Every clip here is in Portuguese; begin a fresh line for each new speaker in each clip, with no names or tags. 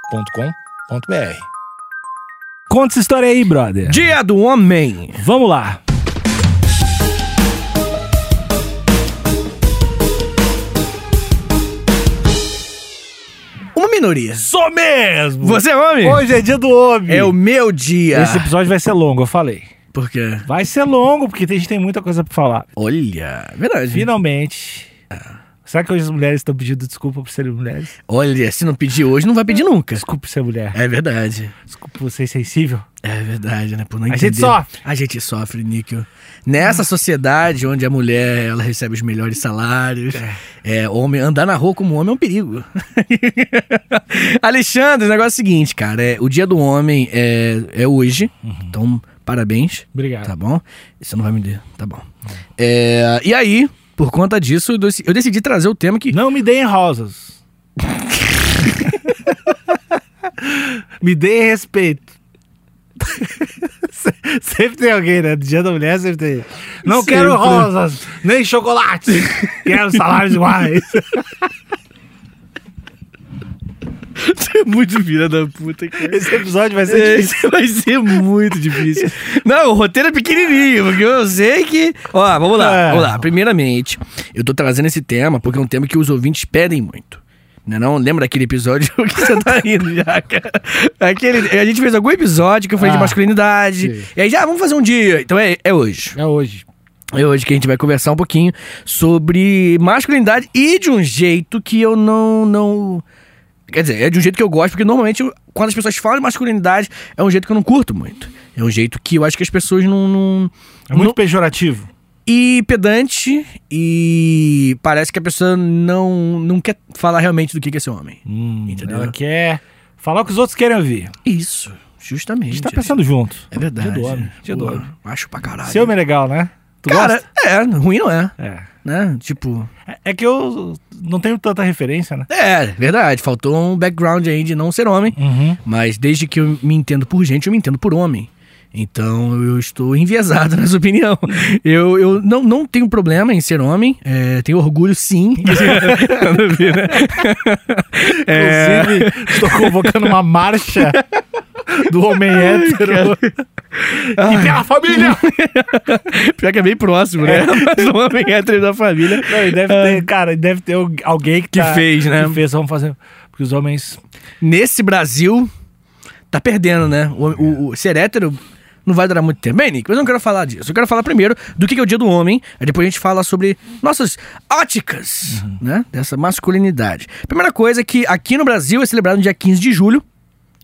agenciadepodcast.com.br.
Conta essa história aí, brother.
Dia do Homem.
Vamos lá.
Uma minoria.
Sou mesmo!
Você é homem?
Hoje é dia do homem. Ah.
É o meu dia.
Esse episódio vai ser longo, eu falei.
Por quê?
Vai ser longo, porque a gente tem muita coisa pra falar.
Olha, verdade.
Finalmente. Será que hoje as mulheres estão pedindo desculpa por serem mulheres?
Olha, se não pedir hoje, não vai pedir nunca.
Desculpa por ser mulher.
É verdade.
Desculpa por ser sensível.
É verdade, né? Por não
A
entender.
gente sofre.
A gente sofre, Níquel. Nessa sociedade onde a mulher ela recebe os melhores salários, é, homem andar na rua como homem é um perigo. Alexandre, o negócio é o seguinte, cara. É, o dia do homem é, é hoje. Então, parabéns.
Obrigado.
Tá bom? Você não vai me dar, tá bom. É, e aí, por conta disso, eu dec- eu decidi trazer o tema que.
Não me deem rosas. me deem respeito. Se- sempre tem alguém, né? Do dia da mulher sempre tem. Não
Sempre.
quero rosas, nem chocolate. quero salários iguais.
é muito filha da puta, cara. É,
Esse episódio vai ser difícil.
Esse vai ser muito difícil. Não, o roteiro é pequenininho, porque eu sei que. Ó, vamos lá,
É.
vamos lá. Primeiramente, eu tô trazendo esse tema porque é um tema que os ouvintes pedem muito. Né, não? Lembra daquele episódio que você tá rindo já, cara? Aquele, a gente fez algum episódio que eu falei
Ah,
de masculinidade.
sim.
E aí, já, vamos fazer um dia. Então é, é hoje.
É hoje.
É hoje que a gente vai conversar um pouquinho sobre masculinidade e de um jeito que eu não. não... Quer dizer, é de um jeito que eu gosto, porque normalmente eu- quando as pessoas falam de masculinidade, é um jeito que eu não curto muito. É um jeito que eu acho que as pessoas não. não...
É muito pejorativo.
E pedante, e parece que a pessoa não, não quer falar realmente do que que é ser homem. Entendeu?
Ela Hum, quer falar o que os outros querem ouvir.
Isso,
A
justamente.
gente tá pensando junto.
É verdade.
Dia do homem, dia do
Pô,
homem.
Acho pra caralho.
Seu homem é legal, né? Tu
Cara,
gosta?
é, ruim não é,
É.
né? Tipo.
É que eu não tenho tanta referência, né?
É, verdade. Faltou um background aí de não ser homem.
Uhum.
Mas desde que eu me entendo por gente, eu me entendo por homem. Então eu estou enviesado nessa opinião. Eu, eu não, não tenho problema em ser homem. É, tenho orgulho, sim. Nada a ver, né? É,
Inclusive, estou convocando uma marcha do homem hétero. e pela família!
pior que é bem próximo, né? Mas um homem hétero da família. Ah.
Não, e deve ter, cara, e deve ter algu- alguém que,
Que
tá-
fez, né?
Que fez, vamos fazer. Porque os homens.
Nesse Brasil, tá perdendo, né? O, o- o ser hétero não vai durar muito tempo. Bem, Nick, mas eu não quero falar disso. Eu quero falar primeiro do que que é o dia do homem, aí depois a gente fala sobre nossas óticas, né? Dessa masculinidade. Primeira coisa é que aqui no Brasil é celebrado no dia 15 de julho,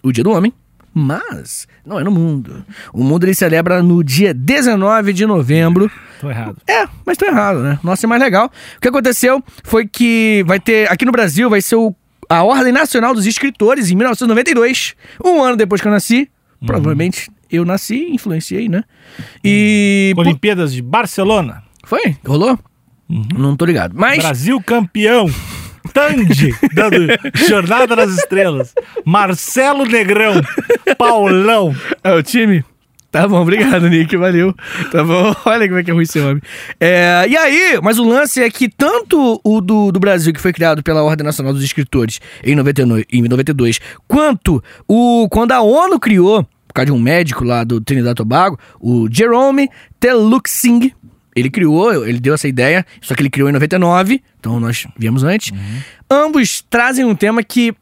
o dia do homem. Mas não é no mundo. O mundo ele celebra no dia 19 de novembro.
Tô errado.
É, mas tá errado, né? Nossa, é mais legal. O que aconteceu foi que vai ter. Aqui no Brasil vai ser o- a Ordem Nacional dos Escritores em 1992. Um ano depois que eu nasci. Provavelmente eu nasci e influenciei, né? E. pu-
Olimpíadas de Barcelona.
Foi? Rolou? Não tô ligado. Mas.
Brasil campeão. Tandy, dando Jornada nas Estrelas. Marcelo Negrão. Paulão.
É o time? Tá bom, obrigado, Nick, valeu. Tá bom, olha como é que é ruim esse homem. É, e aí, mas o lance é que tanto o do, do Brasil, que foi criado pela Ordem Nacional dos Escritores em, 99, em 92, quanto o quando a ONU criou, por causa de um médico lá do Trinidad e Tobago, o Jerome Teluxing, ele criou, ele deu essa ideia, só que ele criou em 99, então nós viemos antes. Ambos trazem um tema que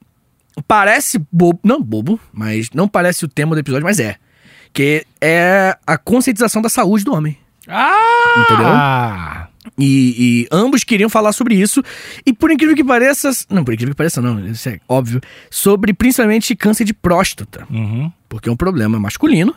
parece bobo, não bobo, mas não parece o tema do episódio, mas é. Que é a conscientização da saúde do homem.
Ah!
E, e ambos queriam falar sobre isso. E por incrível que pareça. Não, por incrível que pareça, não, isso é óbvio. Sobre principalmente câncer de próstata.
Entendeu? Uhum.
Porque é um problema masculino.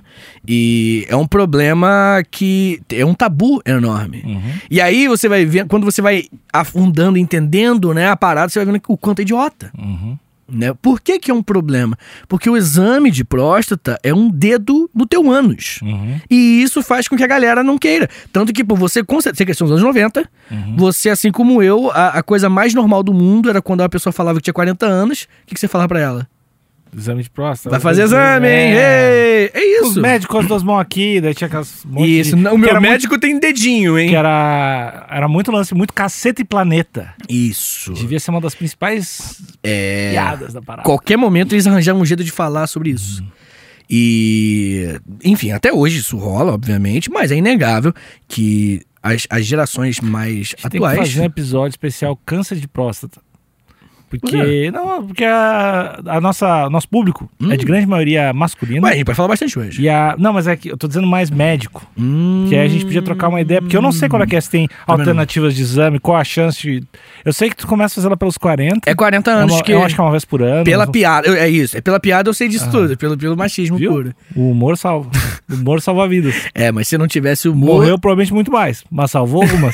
E é um problema que. É um tabu enorme.
Uhum.
E aí você vai ver, quando você vai afundando, entendendo, né, a parada, você vai vendo o quanto é idiota.
Uhum.
né? Por que, que é um problema? Porque o exame de próstata é um dedo no teu ânus.
Uhum.
E isso faz com que a galera não queira. Tanto que, pô, você, com cer- você cresceu nos anos 90,
Uhum.
você, assim como eu, a, a coisa mais normal do mundo era quando a pessoa falava que tinha 40 anos, o que, que você falava pra ela?
Exame de próstata.
Vai fazer exame, hein?
É.
É, é
Os
isso.
médicos com as duas mãos aqui, daí tinha aquelas. um monte
Isso.
de-
não, O
que
meu
era muito-
médico tem um dedinho, hein?
que era, era muito lance, muito caceta e planeta.
Isso.
Devia ser uma das principais
É.
piadas da parada.
Qualquer momento eles arranjaram um jeito de falar sobre isso. E, enfim, até hoje isso rola, obviamente, mas é inegável que as, as gerações mais
A gente tem que
atuais.
fazer um episódio especial câncer de próstata.
Por quê?
Porque, não, porque a, a nossa, o nosso público
Hum.
é de grande maioria masculino.
Ué, a gente pode falar bastante hoje.
E a, não, mas é que eu tô dizendo mais médico. Que aí a gente podia trocar uma ideia, porque eu não sei qual é que é, se tem alternativas de exame, qual a chance de. Eu sei que tu começa a fazer ela pelos 40.
É 40 anos
eu,
que.
eu acho que é uma vez por ano.
Pela
mas-
piada, eu- é isso, é pela piada eu sei disso tudo, pelo, pelo machismo
Viu?
puro.
O humor salva. O humor salva vidas.
É, mas se não tivesse humor,
Morreu provavelmente muito mais, mas salvou algumas.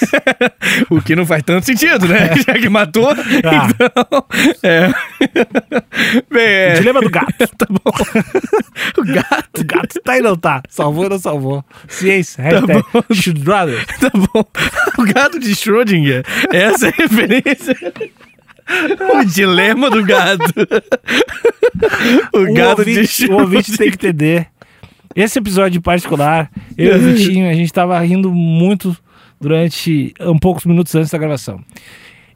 o que não faz tanto sentido, né? Já que matou,
É. Ah.
então. É. Bem, é,
Dilema do gato.
tá bom. o gato. Tá
O gato tá e não tá. Salvou ou não salvou. Ciência. Hashtag
bom.
Schrödinger.
Tá bom. O gato de Schrödinger. Essa é a referência. O dilema do gato. O,
O,
gato de
ouvinte, o
Schrödinger.
ouvinte tem que entender. Esse episódio em particular, eu e o Vitinho, a gente tava rindo muito durante um poucos minutos antes da gravação.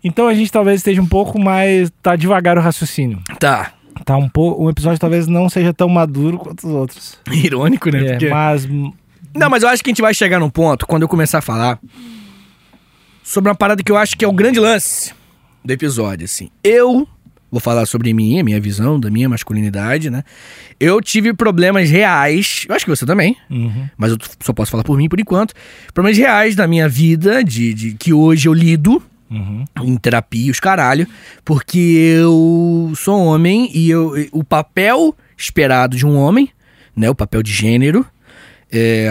Então a gente talvez esteja um pouco mais. tá devagar o raciocínio.
Tá.
Tá um pouco. O episódio talvez não seja tão maduro quanto os outros.
Irônico, né?
É,
Porque-
Mas.
Não, mas eu acho que a gente vai chegar num ponto, quando eu começar a falar, sobre uma parada que eu acho que é o grande lance do episódio, assim. Eu vou falar sobre mim, a minha visão, da minha masculinidade, né? Eu tive problemas reais, eu acho que você também,
Uhum.
mas eu só posso falar por mim por enquanto. Problemas reais da minha vida, de, de que hoje eu lido
Uhum.
em terapia, os caralho, porque eu sou homem e eu, e o papel esperado de um homem, né, o papel de gênero, é,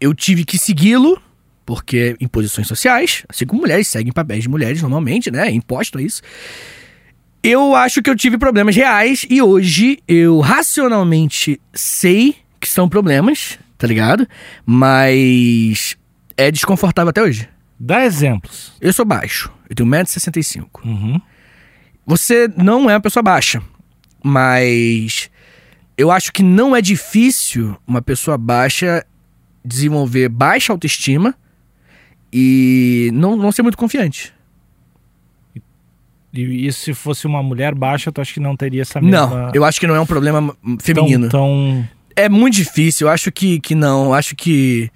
eu tive que segui-lo, porque em posições sociais, assim como mulheres seguem papéis de mulheres normalmente, né, é imposto a isso. Eu acho que eu tive problemas reais e hoje eu racionalmente sei que são problemas, tá ligado? Mas é desconfortável até hoje.
Dá exemplos.
Eu sou baixo. Eu tenho 1,65m.
Uhum.
Você não é uma pessoa baixa. Mas eu acho que não é difícil uma pessoa baixa desenvolver baixa autoestima e não, não ser muito confiante.
E, e se fosse uma mulher baixa, tu acha que não teria essa mesma... então
Não, eu acho que não é um problema hum,
tão,
feminino.
tão-
É muito difícil, eu acho que, que não. Eu acho que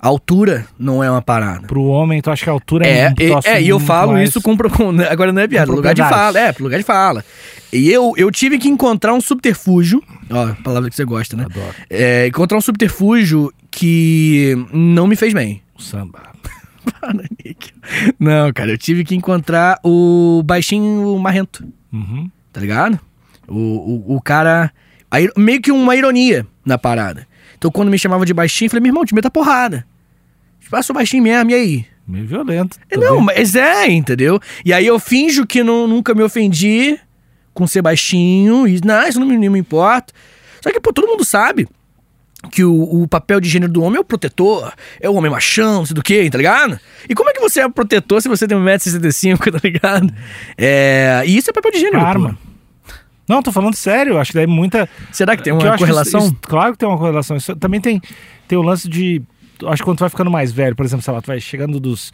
a altura não é uma parada.
Pro homem, tu acha que a altura é,
É,
um
e,
troço
é, e eu
muito
falo
mais-
isso com, pro- com- Agora não é piada,
Com
lugar de
propriedade.
fala. É, lugar de fala. E eu, eu tive que encontrar um subterfúgio. Ó, palavra que você gosta, né?
Adoro.
É, encontrar um subterfúgio que não me fez bem.
O um samba.
Para, Nick. Não, cara, eu tive que encontrar o baixinho marrento,
Uhum.
tá ligado? O, o, o cara. a ir- meio que uma ironia na parada. Então quando me chamava de baixinho, eu falei, meu irmão, te meta porrada. Tipo, ah, sou baixinho mesmo, e aí?
Meio violento.
É,
também.
Não, mas é, entendeu? E aí eu finjo que não, nunca me ofendi com ser baixinho e não, isso não me, não me importa. Só que, pô, todo mundo sabe que o, o papel de gênero do homem é o protetor, é o homem machão, não sei do que, tá ligado? E como é que você é protetor se você tem 1,65m, tá ligado? É, e isso é papel de gênero.
Arma.
pô.
Não, tô falando sério. Acho que daí muita...
Será que tem
que eu
uma
acho que
correlação?
isso- isso- claro que tem uma correlação. Isso também tem, tem o lance de... Acho que quando tu vai ficando mais velho, por exemplo, sei lá, tu vai chegando dos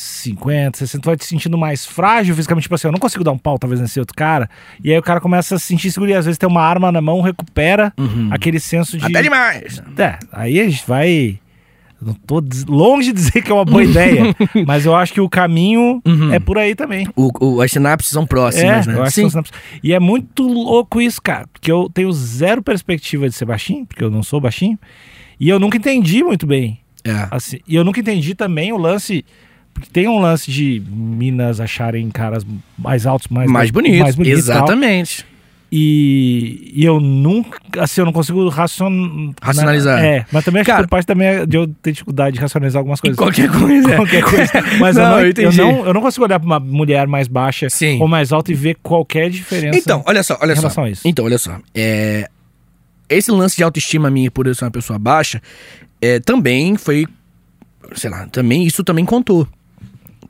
50, 60, tu vai te sentindo mais frágil fisicamente, tipo assim, eu não consigo dar um pau talvez nesse outro cara. E aí o cara começa a se sentir seguro e às vezes tem uma arma na mão, recupera aquele senso de...
Uhum. Até demais.
É, aí a gente vai. eu Não tô diz- longe de dizer que é uma boa ideia, mas eu acho que o caminho
Uhum.
é por aí também.
O, o- as sinapses são próximas,
é,
né?
eu acho que são sinapses. E é muito louco isso, cara, porque eu tenho zero perspectiva de ser baixinho, porque eu não sou baixinho, e eu nunca entendi muito bem.
É.
assim, e eu nunca entendi também o lance. Porque tem um lance de minas acharem caras mais altos, mais,
Mais bonito,
mais bonitos e tal.
exatamente.
E, e eu nunca, assim, eu não consigo racion...
Racionalizar.
na- É, mas também acho
Cara-
que por parte também é de eu ter dificuldade de racionalizar algumas coisas.
Qualquer coisa. é.
Qualquer coisa. Mas
Não,
eu, não,
eu
eu,
entendi.
não, eu não consigo olhar pra uma mulher mais baixa
Sim.
ou mais alta e ver qualquer diferença.
Então, olha só, olha
em
só.
relação a isso.
Então, olha só. É, Esse lance de autoestima minha por eu ser uma pessoa baixa é, também foi. Sei lá, também isso também contou.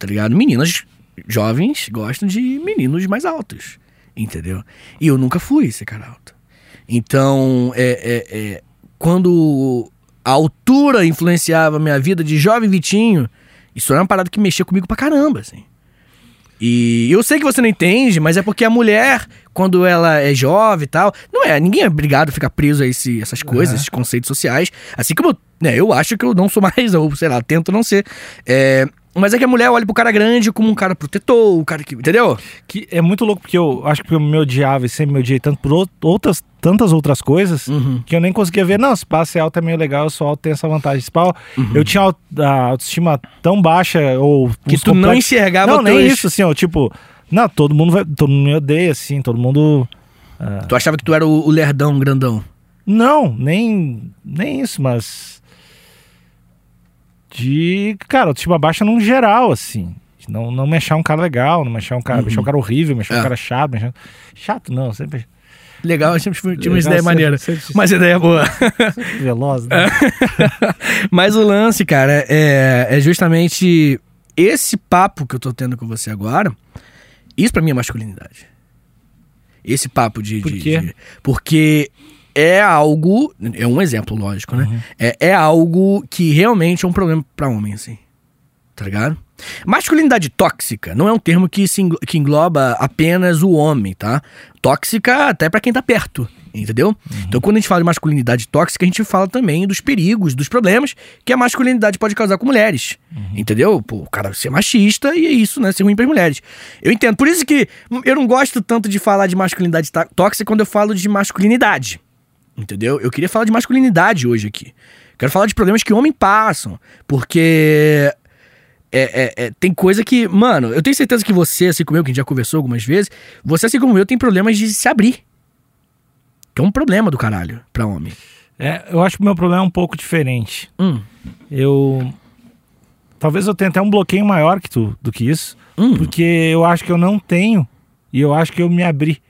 Tá ligado? Meninas jovens gostam de meninos mais altos. entendeu? E eu nunca fui esse cara alto. Então, é, é- é, quando a altura influenciava a minha vida de jovem Vitinho, isso era uma parada que mexia comigo pra caramba, assim. E eu sei que você não entende, mas é porque a mulher, quando ela é jovem e tal, não é, ninguém é obrigado a ficar preso a esse, essas
É.
coisas, esses conceitos sociais. Assim como, né, eu acho que eu não sou mais, ou sei lá, tento não ser. É, mas é que a mulher olha pro cara grande como um cara protetor, um cara que, entendeu?
Que é muito louco, porque eu acho que eu me odiava e sempre me odiei tanto por out- outras, tantas outras coisas
Uhum.
que eu nem conseguia ver. Não, se pá, ser alto é meio legal, eu sou alto, tem essa vantagem. Se pá,
Uhum.
eu tinha au- a autoestima tão baixa ou...
Que
os
tu não
complexos-
enxergava
Não, nem
teus-
isso, assim, ó, tipo... Não, todo mundo, vai, todo mundo me odeia, assim, todo mundo...
Tu achava que tu era o, o lerdão, o grandão.
Não, nem, nem isso, mas... De, cara, autoestima baixa num geral, assim. De Não, não me achar um cara legal, não me achar um cara... me achar um cara horrível, me achar
É.
um cara chato, me achar... Chato não, sempre...
Legal, eu sempre tive tive uma
Legal,
ideia
sempre-
maneira.
sempre-
Mas É. ideia é boa.
Veloz, né?
Mas o lance, cara, é, é justamente esse papo que eu tô tendo com você agora. Isso pra mim é masculinidade. Esse papo de.
Por
de-
quê?
de- porque é algo. É um exemplo, lógico, né?
Uhum.
É, é algo que realmente é um problema pra homem, assim. Tá ligado? Masculinidade tóxica não é um termo que, se englo- que engloba apenas o homem, tá? Tóxica até pra quem tá perto, entendeu? Então, quando a gente fala de masculinidade tóxica, a gente fala também dos perigos, dos problemas que a masculinidade pode causar com mulheres, entendeu? Pô, o cara ser machista e é isso, né? Ser ruim pras mulheres. Eu entendo. Por isso que eu não gosto tanto de falar de masculinidade tá- tóxica quando eu falo de masculinidade. Entendeu? Eu queria falar de masculinidade hoje aqui. Quero falar de problemas que homens passam. Porque. é- é- é, tem coisa que, mano, eu tenho certeza que você, assim como eu, que a gente já conversou algumas vezes, você, assim como eu, tem problemas de se abrir. Que é um problema do caralho pra homem.
É, eu acho que o meu problema é um pouco diferente.
Hum,
Eu. Talvez eu tenha até um bloqueio maior que tu, do que isso.
hum.
Porque eu acho que eu não tenho. E eu acho que eu me abri.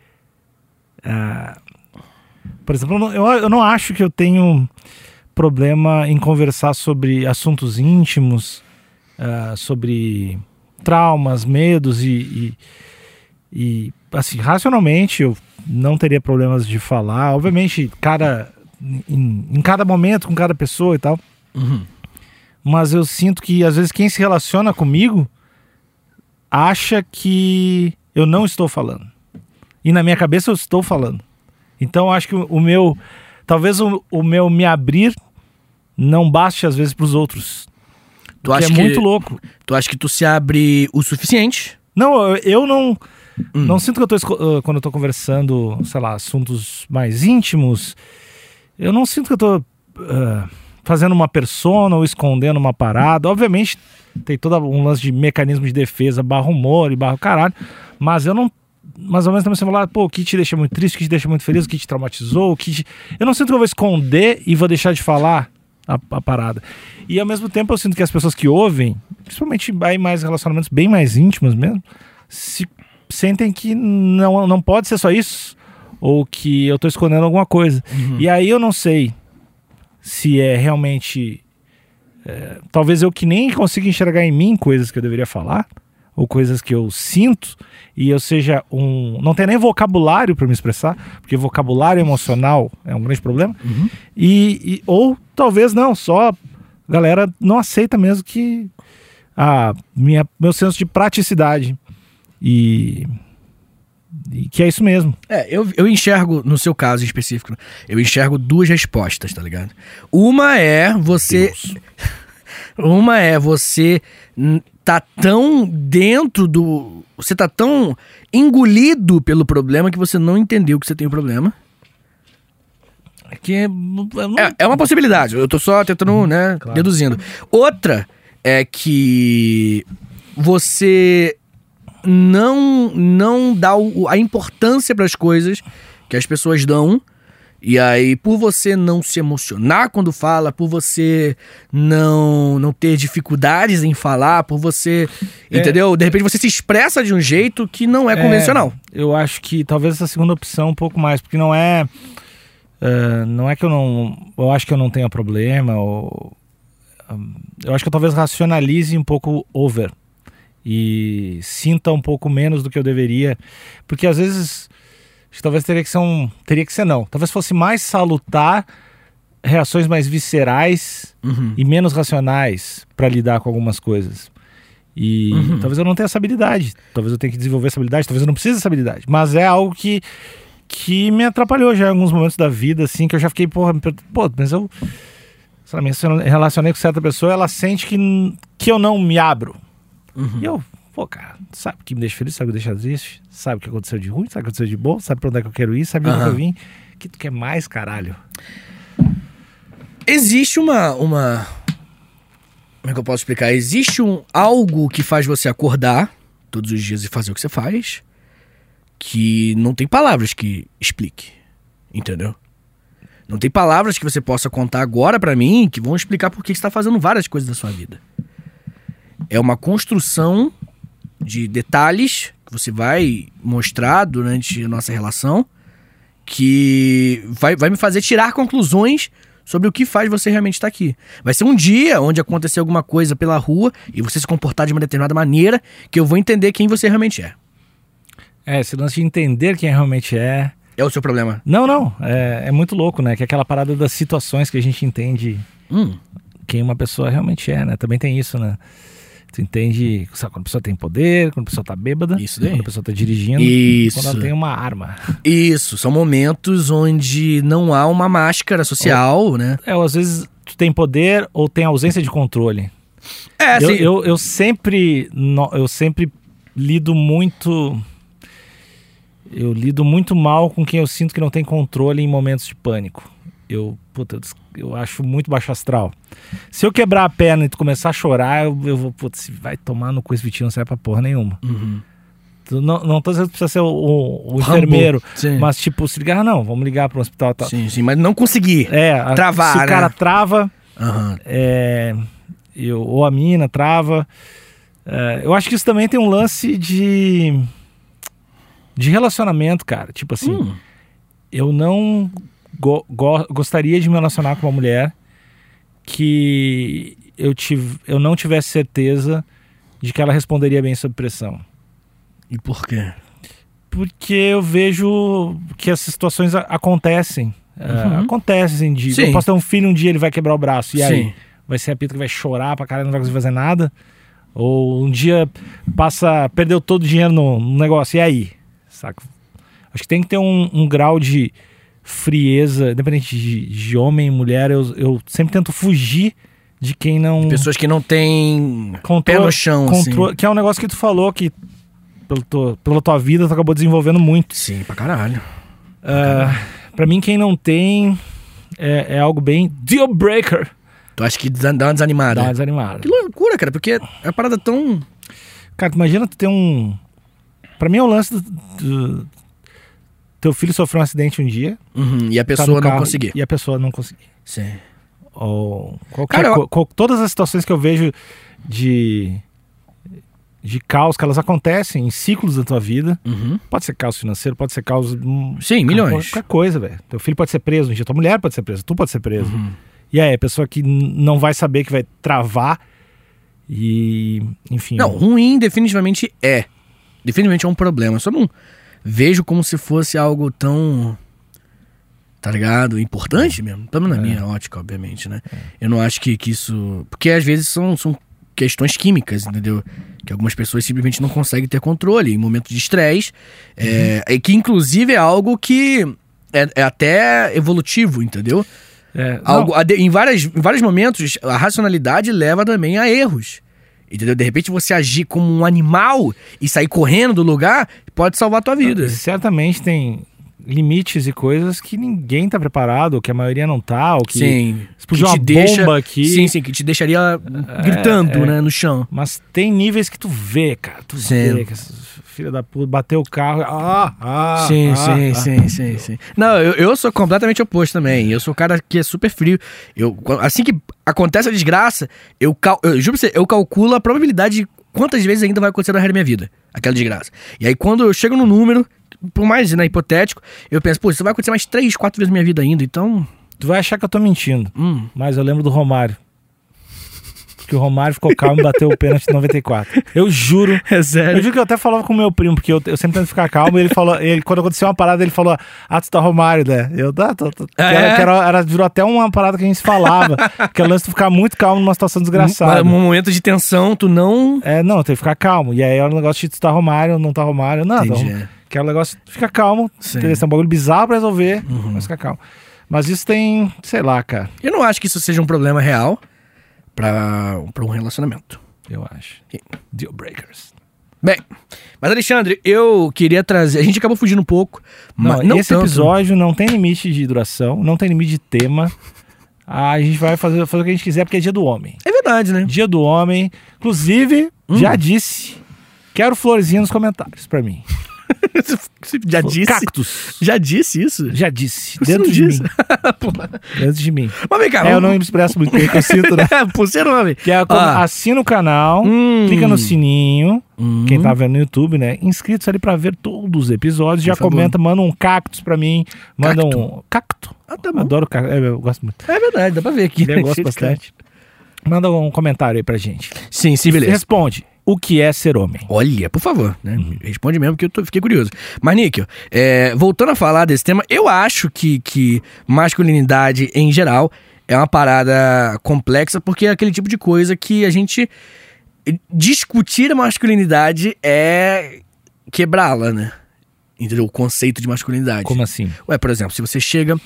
Ah, por exemplo, eu não, eu, eu não acho que eu tenho problema em conversar sobre assuntos íntimos, ah, sobre traumas, medos e, e, e, assim, racionalmente eu não teria problemas de falar. Obviamente, cada, em, em cada momento, com cada pessoa e tal. hum.
Uhum.
Mas eu sinto que, às vezes, quem se relaciona comigo acha que eu não estou falando. E na minha cabeça eu estou falando. Então eu acho que o, o meu. Talvez o, o meu me abrir não baste às vezes para os outros.
Tu,
que é
acha que,
muito louco.
tu acha que tu se abre o suficiente?
Não, eu, eu não.
Hum.
Não sinto que eu tô. esco- ah, Quando eu tô conversando, sei lá, assuntos mais íntimos, eu não sinto que eu tô. ah, fazendo uma persona ou escondendo uma parada. Obviamente, tem todo um lance de mecanismo de defesa, barra humor e barra o caralho. Mas eu não. Mas ao menos também você falar, pô, o que te deixa muito triste, o que te deixa muito feliz, o que te traumatizou, o que. te- Eu não sinto que eu vou esconder e vou deixar de falar a, a parada. E ao mesmo tempo eu sinto que as pessoas que ouvem, principalmente aí mais relacionamentos bem mais íntimos mesmo, se sentem que não, não pode ser só isso. Ou que eu tô escondendo alguma coisa. E aí eu não sei se é realmente. é, talvez eu que nem consiga enxergar em mim coisas que eu deveria falar, ou coisas que eu sinto, e eu seja um. Não tem nem vocabulário para me expressar, porque vocabulário emocional é um grande problema. E, e- ou talvez não, só a galera não aceita mesmo que a minha, meu senso de praticidade. E, e que é isso mesmo.
É, eu, eu enxergo, no seu caso em específico, eu enxergo duas respostas, tá ligado? Uma é você. Uma é você n- tá tão dentro do. Você tá tão engolido pelo problema que você não entendeu que você tem o problema.
Que é,
É, é uma possibilidade. Eu tô só tentando, né,
claro.
deduzindo. Outra é que você não não dá o- a importância para as coisas que as pessoas dão. E aí, por você não se emocionar quando fala, por você não não ter dificuldades em falar, por você,
É.
entendeu? De repente você se expressa de um jeito que não é convencional.
Eu acho que talvez essa segunda opção um pouco mais, porque não é. eh, não é que eu não. Eu acho que eu não tenha problema, ou. hum, Eu acho que eu talvez racionalize um pouco over. e sinta um pouco menos do que eu deveria, porque às vezes acho que talvez teria que ser um, teria que ser não, talvez fosse mais salutar reações mais viscerais
Uhum.
e menos racionais para lidar com algumas coisas. E
Uhum.
talvez eu não tenha essa habilidade, talvez eu tenha que desenvolver essa habilidade, talvez eu não precise dessa habilidade, mas é algo que que me atrapalhou já em alguns momentos da vida, assim, que eu já fiquei, porra, me per- pô, mas eu sei lá, me relacion- relacionei com certa pessoa, ela sente que, n- que eu não me abro. E eu, pô, cara, sabe o que me deixa feliz, sabe o que me deixa triste, sabe o que aconteceu de ruim, sabe o que aconteceu de bom, sabe pra onde é que eu quero ir, sabe onde
Aham.
eu vim. O que tu quer mais, caralho?
Existe uma, uma. Como é que eu posso explicar? Existe um algo que faz você acordar todos os dias e fazer o que você faz. Que não tem palavras que explique. Entendeu? Não tem palavras que você possa contar agora pra mim que vão explicar por que você tá fazendo várias coisas da sua vida. É uma construção de detalhes que você vai mostrar durante a nossa relação que vai, vai me fazer tirar conclusões sobre o que faz você realmente estar aqui. Vai ser um dia onde acontecer alguma coisa pela rua e você se comportar de uma determinada maneira que eu vou entender quem você realmente é.
É, esse lance de entender quem realmente é.
É o seu problema.
Não, não. É, é muito louco, né? Que é aquela parada das situações que a gente entende
Hum.
quem uma pessoa realmente é, né? Também tem isso, né? Tu entende sabe, quando a pessoa tem poder, quando a pessoa tá bêbada,
Isso daí.
quando a pessoa tá dirigindo,
Isso.
quando ela tem uma arma.
Isso. São momentos onde não há uma máscara social, né?
É, ou às vezes tu tem poder ou tem ausência de controle.
É,
eu,
assim.
eu, eu sempre no- eu sempre lido muito eu lido muito mal com quem eu sinto que não tem controle em momentos de pânico. Eu, puta, eu, des- eu acho muito baixo astral. Se eu quebrar a perna e tu começar a chorar, eu, eu vou, putz, vai tomar no cu esse Vitinho, não serve pra porra nenhuma.
Uhum.
Tu não, não tô dizendo que precisa ser o, o- o
Rambo.
enfermeiro,
Sim.
mas tipo, se ligar, ah, não, vamos ligar pro hospital. Tá.
sim, sim, mas não consegui.
É, a-
Travar,
se o cara
né?
trava,
Aham.
é, eu, ou a mina trava. É, eu acho que isso também tem um lance de de relacionamento, cara. Tipo assim,
Hum.
eu não go- go- gostaria de me relacionar com uma mulher que eu, tive, eu não tivesse certeza de que ela responderia bem sob pressão.
E por quê?
Porque eu vejo que essas situações a- acontecem. É,
Uhum.
Acontecem de.
Sim.
Eu posso ter um filho um dia, ele vai quebrar o braço. E aí?
Sim.
vai ser a pita que vai chorar pra caralho, não vai conseguir fazer nada. Ou um dia passa, perdeu todo o dinheiro no, no negócio, e aí? Saco? Acho que tem que ter um, um grau de frieza, independente de, de homem e mulher, eu, eu sempre tento fugir de quem não.
Pessoas que não têm pé
controla
no chão, assim.
contro- Que é um negócio que tu falou que, pelo tu- pela tua vida, tu acabou desenvolvendo muito.
assim. Sim, pra caralho.
Ah, pra mim, quem não tem é, é algo bem deal breaker. Tá
Tu acha que dá dá uma desanimada?
Dá uma desanimada.
Que loucura, cara, porque é uma parada tão.
Cara, tu imagina tu ter um. Pra mim é o lance do. do- Teu filho sofreu um acidente um dia.
Uhum, e a
tá no
pessoa não
carro
conseguir.
E a pessoa não conseguir.
Sim.
Ou qualquer
Cara, eu-
co- co- todas as situações que eu vejo de. De caos, que elas acontecem em ciclos da tua vida. Pode ser caos financeiro, pode ser caos. hum,
Uhum. Sim, milhões.
Qualquer coisa, velho. Teu filho pode ser preso um dia, tua mulher pode ser presa, tu pode ser preso.
Uhum.
E aí, a pessoa que n- não vai saber que vai travar. E. Enfim.
Não, ruim definitivamente é. Definitivamente é um problema. Eu só não vejo como se fosse algo tão. Tá ligado?
É.
Importante mesmo. Pelo menos na minha ótica, obviamente, né? Eu não acho que, que isso. Porque às vezes são, são questões químicas, entendeu? Que algumas pessoas simplesmente não conseguem ter controle em momentos de estresse. É,
Uhum.
e que inclusive é algo que é- é até evolutivo, entendeu?
é, não.
Algo, a de- em, várias, em vários momentos, a racionalidade leva também a erros. Entendeu? De repente você agir como um animal e sair correndo do lugar pode salvar a tua é vida.
E Certamente tem limites e coisas que ninguém tá preparado, ou que a maioria não tá, ou que
sim.
explodiu
Que
uma
te deixa-
bomba aqui.
Sim, sim, que te deixaria gritando,
é.
né, no chão.
Mas tem níveis que tu vê, cara. Tu
Sim.
vê que essa filha da puta bateu o carro. Ah, ah,
sim,
ah,
sim,
ah.
sim, sim, sim. Não, eu, eu sou completamente oposto também. Eu sou o cara que é super frio. Eu, quan- assim que acontece a desgraça, eu, cal, eu juro pra você, eu calculo a probabilidade de quantas vezes ainda vai acontecer na real da minha vida, aquela desgraça. E aí quando eu chego no número, por mais né, hipotético, eu penso, pô, isso vai acontecer mais três, quatro vezes na minha vida ainda, então.
Tu vai achar que eu tô mentindo.
Hum.
Mas eu lembro do Romário. que o Romário ficou calmo e bateu o pênalti em 94. Eu juro.
É
Eu
sério.
juro que eu até falava com o meu primo, porque eu, eu sempre tento ficar calmo. E ele falou, ele, quando aconteceu uma parada, ele falou: Ah, tu tá Romário, né? Eu, tá, tô, tô.
Ah,
que era,
é?
que era- era- virou até uma parada que a gente se falava, que é o lance de ficar muito calmo numa situação desgraçada.
Um momento de tensão, tu não.
É, não, tem que ficar calmo. E aí era um negócio de tu tá Romário, não tá Romário, nada.
Entendi, é.
Que é um negócio, fica calmo.
Sim. Uhum.
Entendeu? Esse é um bagulho bizarro pra resolver, mas fica calmo. Mas isso tem, sei lá, cara,
Eu não acho que isso seja um problema real pra, pra um relacionamento.
eu acho. Deal breakers.
Bem, mas Alexandre, eu queria trazer. A gente acabou fugindo um pouco,
Não,
mas não
esse
tanto.
episódio não tem limite de duração, não tem limite de tema. Ah, A gente vai fazer, fazer o que a gente quiser, porque é dia do homem.
É Hum. verdade, né?
Dia do homem. Inclusive, já disse. Quero florzinha nos comentários pra mim.
Você já disse.
Cactus.
Já disse isso?
Já disse.
Você
dentro
não
de
disse?
mim. Dentro de mim.
Mas vem cá,
É, eu não
vamos-
me expresso muito bem, que eu sinto, né?
Por ser homem.
Que é como
Ah.
assina o canal,
Hum.
clica no sininho,
Hum.
quem tá vendo no YouTube, né? Inscritos ali pra ver todos os episódios. Já
favor.
comenta, manda um cactus pra mim. Manda
Cacto?
um. Cacto.
Ah, tá bom.
Adoro cacto. É, eu gosto muito.
É verdade, dá pra ver aqui.
Eu gosto bastante. Manda um comentário aí pra gente.
Sim, sim, beleza.
Responde: O que é ser homem?
Olha, por favor, né? Responde mesmo que eu tô- fiquei curioso. Mas, Níquel, é, voltando a falar desse tema, eu acho que, que masculinidade em geral é uma parada complexa, porque é aquele tipo de coisa que a gente. eh, Discutir a masculinidade é quebrá-la, né? Entendeu? O conceito de masculinidade.
Como assim?
Ué, por exemplo, se você chega.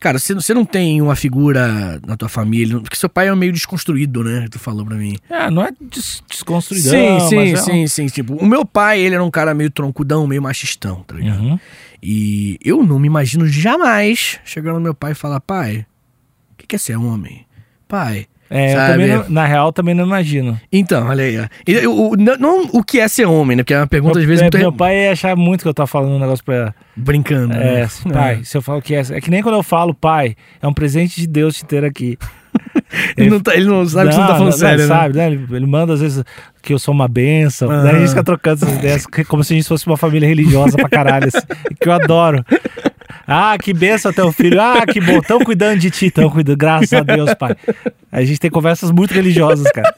Cara, você, você não tem uma figura na tua família. Porque seu pai é meio desconstruído, né? Tu falou pra mim.
Ah, não é des desconstruidão.
Sim, sim,
mas é um-
sim, sim. Tipo, o meu pai, ele era um cara meio troncudão, meio machistão, tá ligado?
Uhum.
E eu não me imagino jamais chegando no meu pai e falar, pai, o que, que é ser homem? Pai.
É, eu
Sabe?
também não- na real, também não imagino.
Então, olha aí. ó. E eu- o- não, não o que é ser homem, né? Porque é uma pergunta, às
meu,
vezes,
é,
muito re-
meu pai ia achar muito que eu tava falando um negócio pra.
brincando.
É,
né?
pai, se eu falo que é. É que nem quando eu falo, pai, é um presente de Deus te ter aqui.
Ele não, tá- ele não sabe que você não tá falando sério, né?
sabe, né? Ele, ele manda às vezes que eu sou uma benção. Daí a gente fica trocando essas ideias que- como se a gente fosse uma família religiosa pra caralho, assim, que eu adoro. Ah, que benção teu filho. Ah, que bom. Tão cuidando de ti, tão cuidando. Graças a Deus, pai. A gente tem conversas muito religiosas, cara.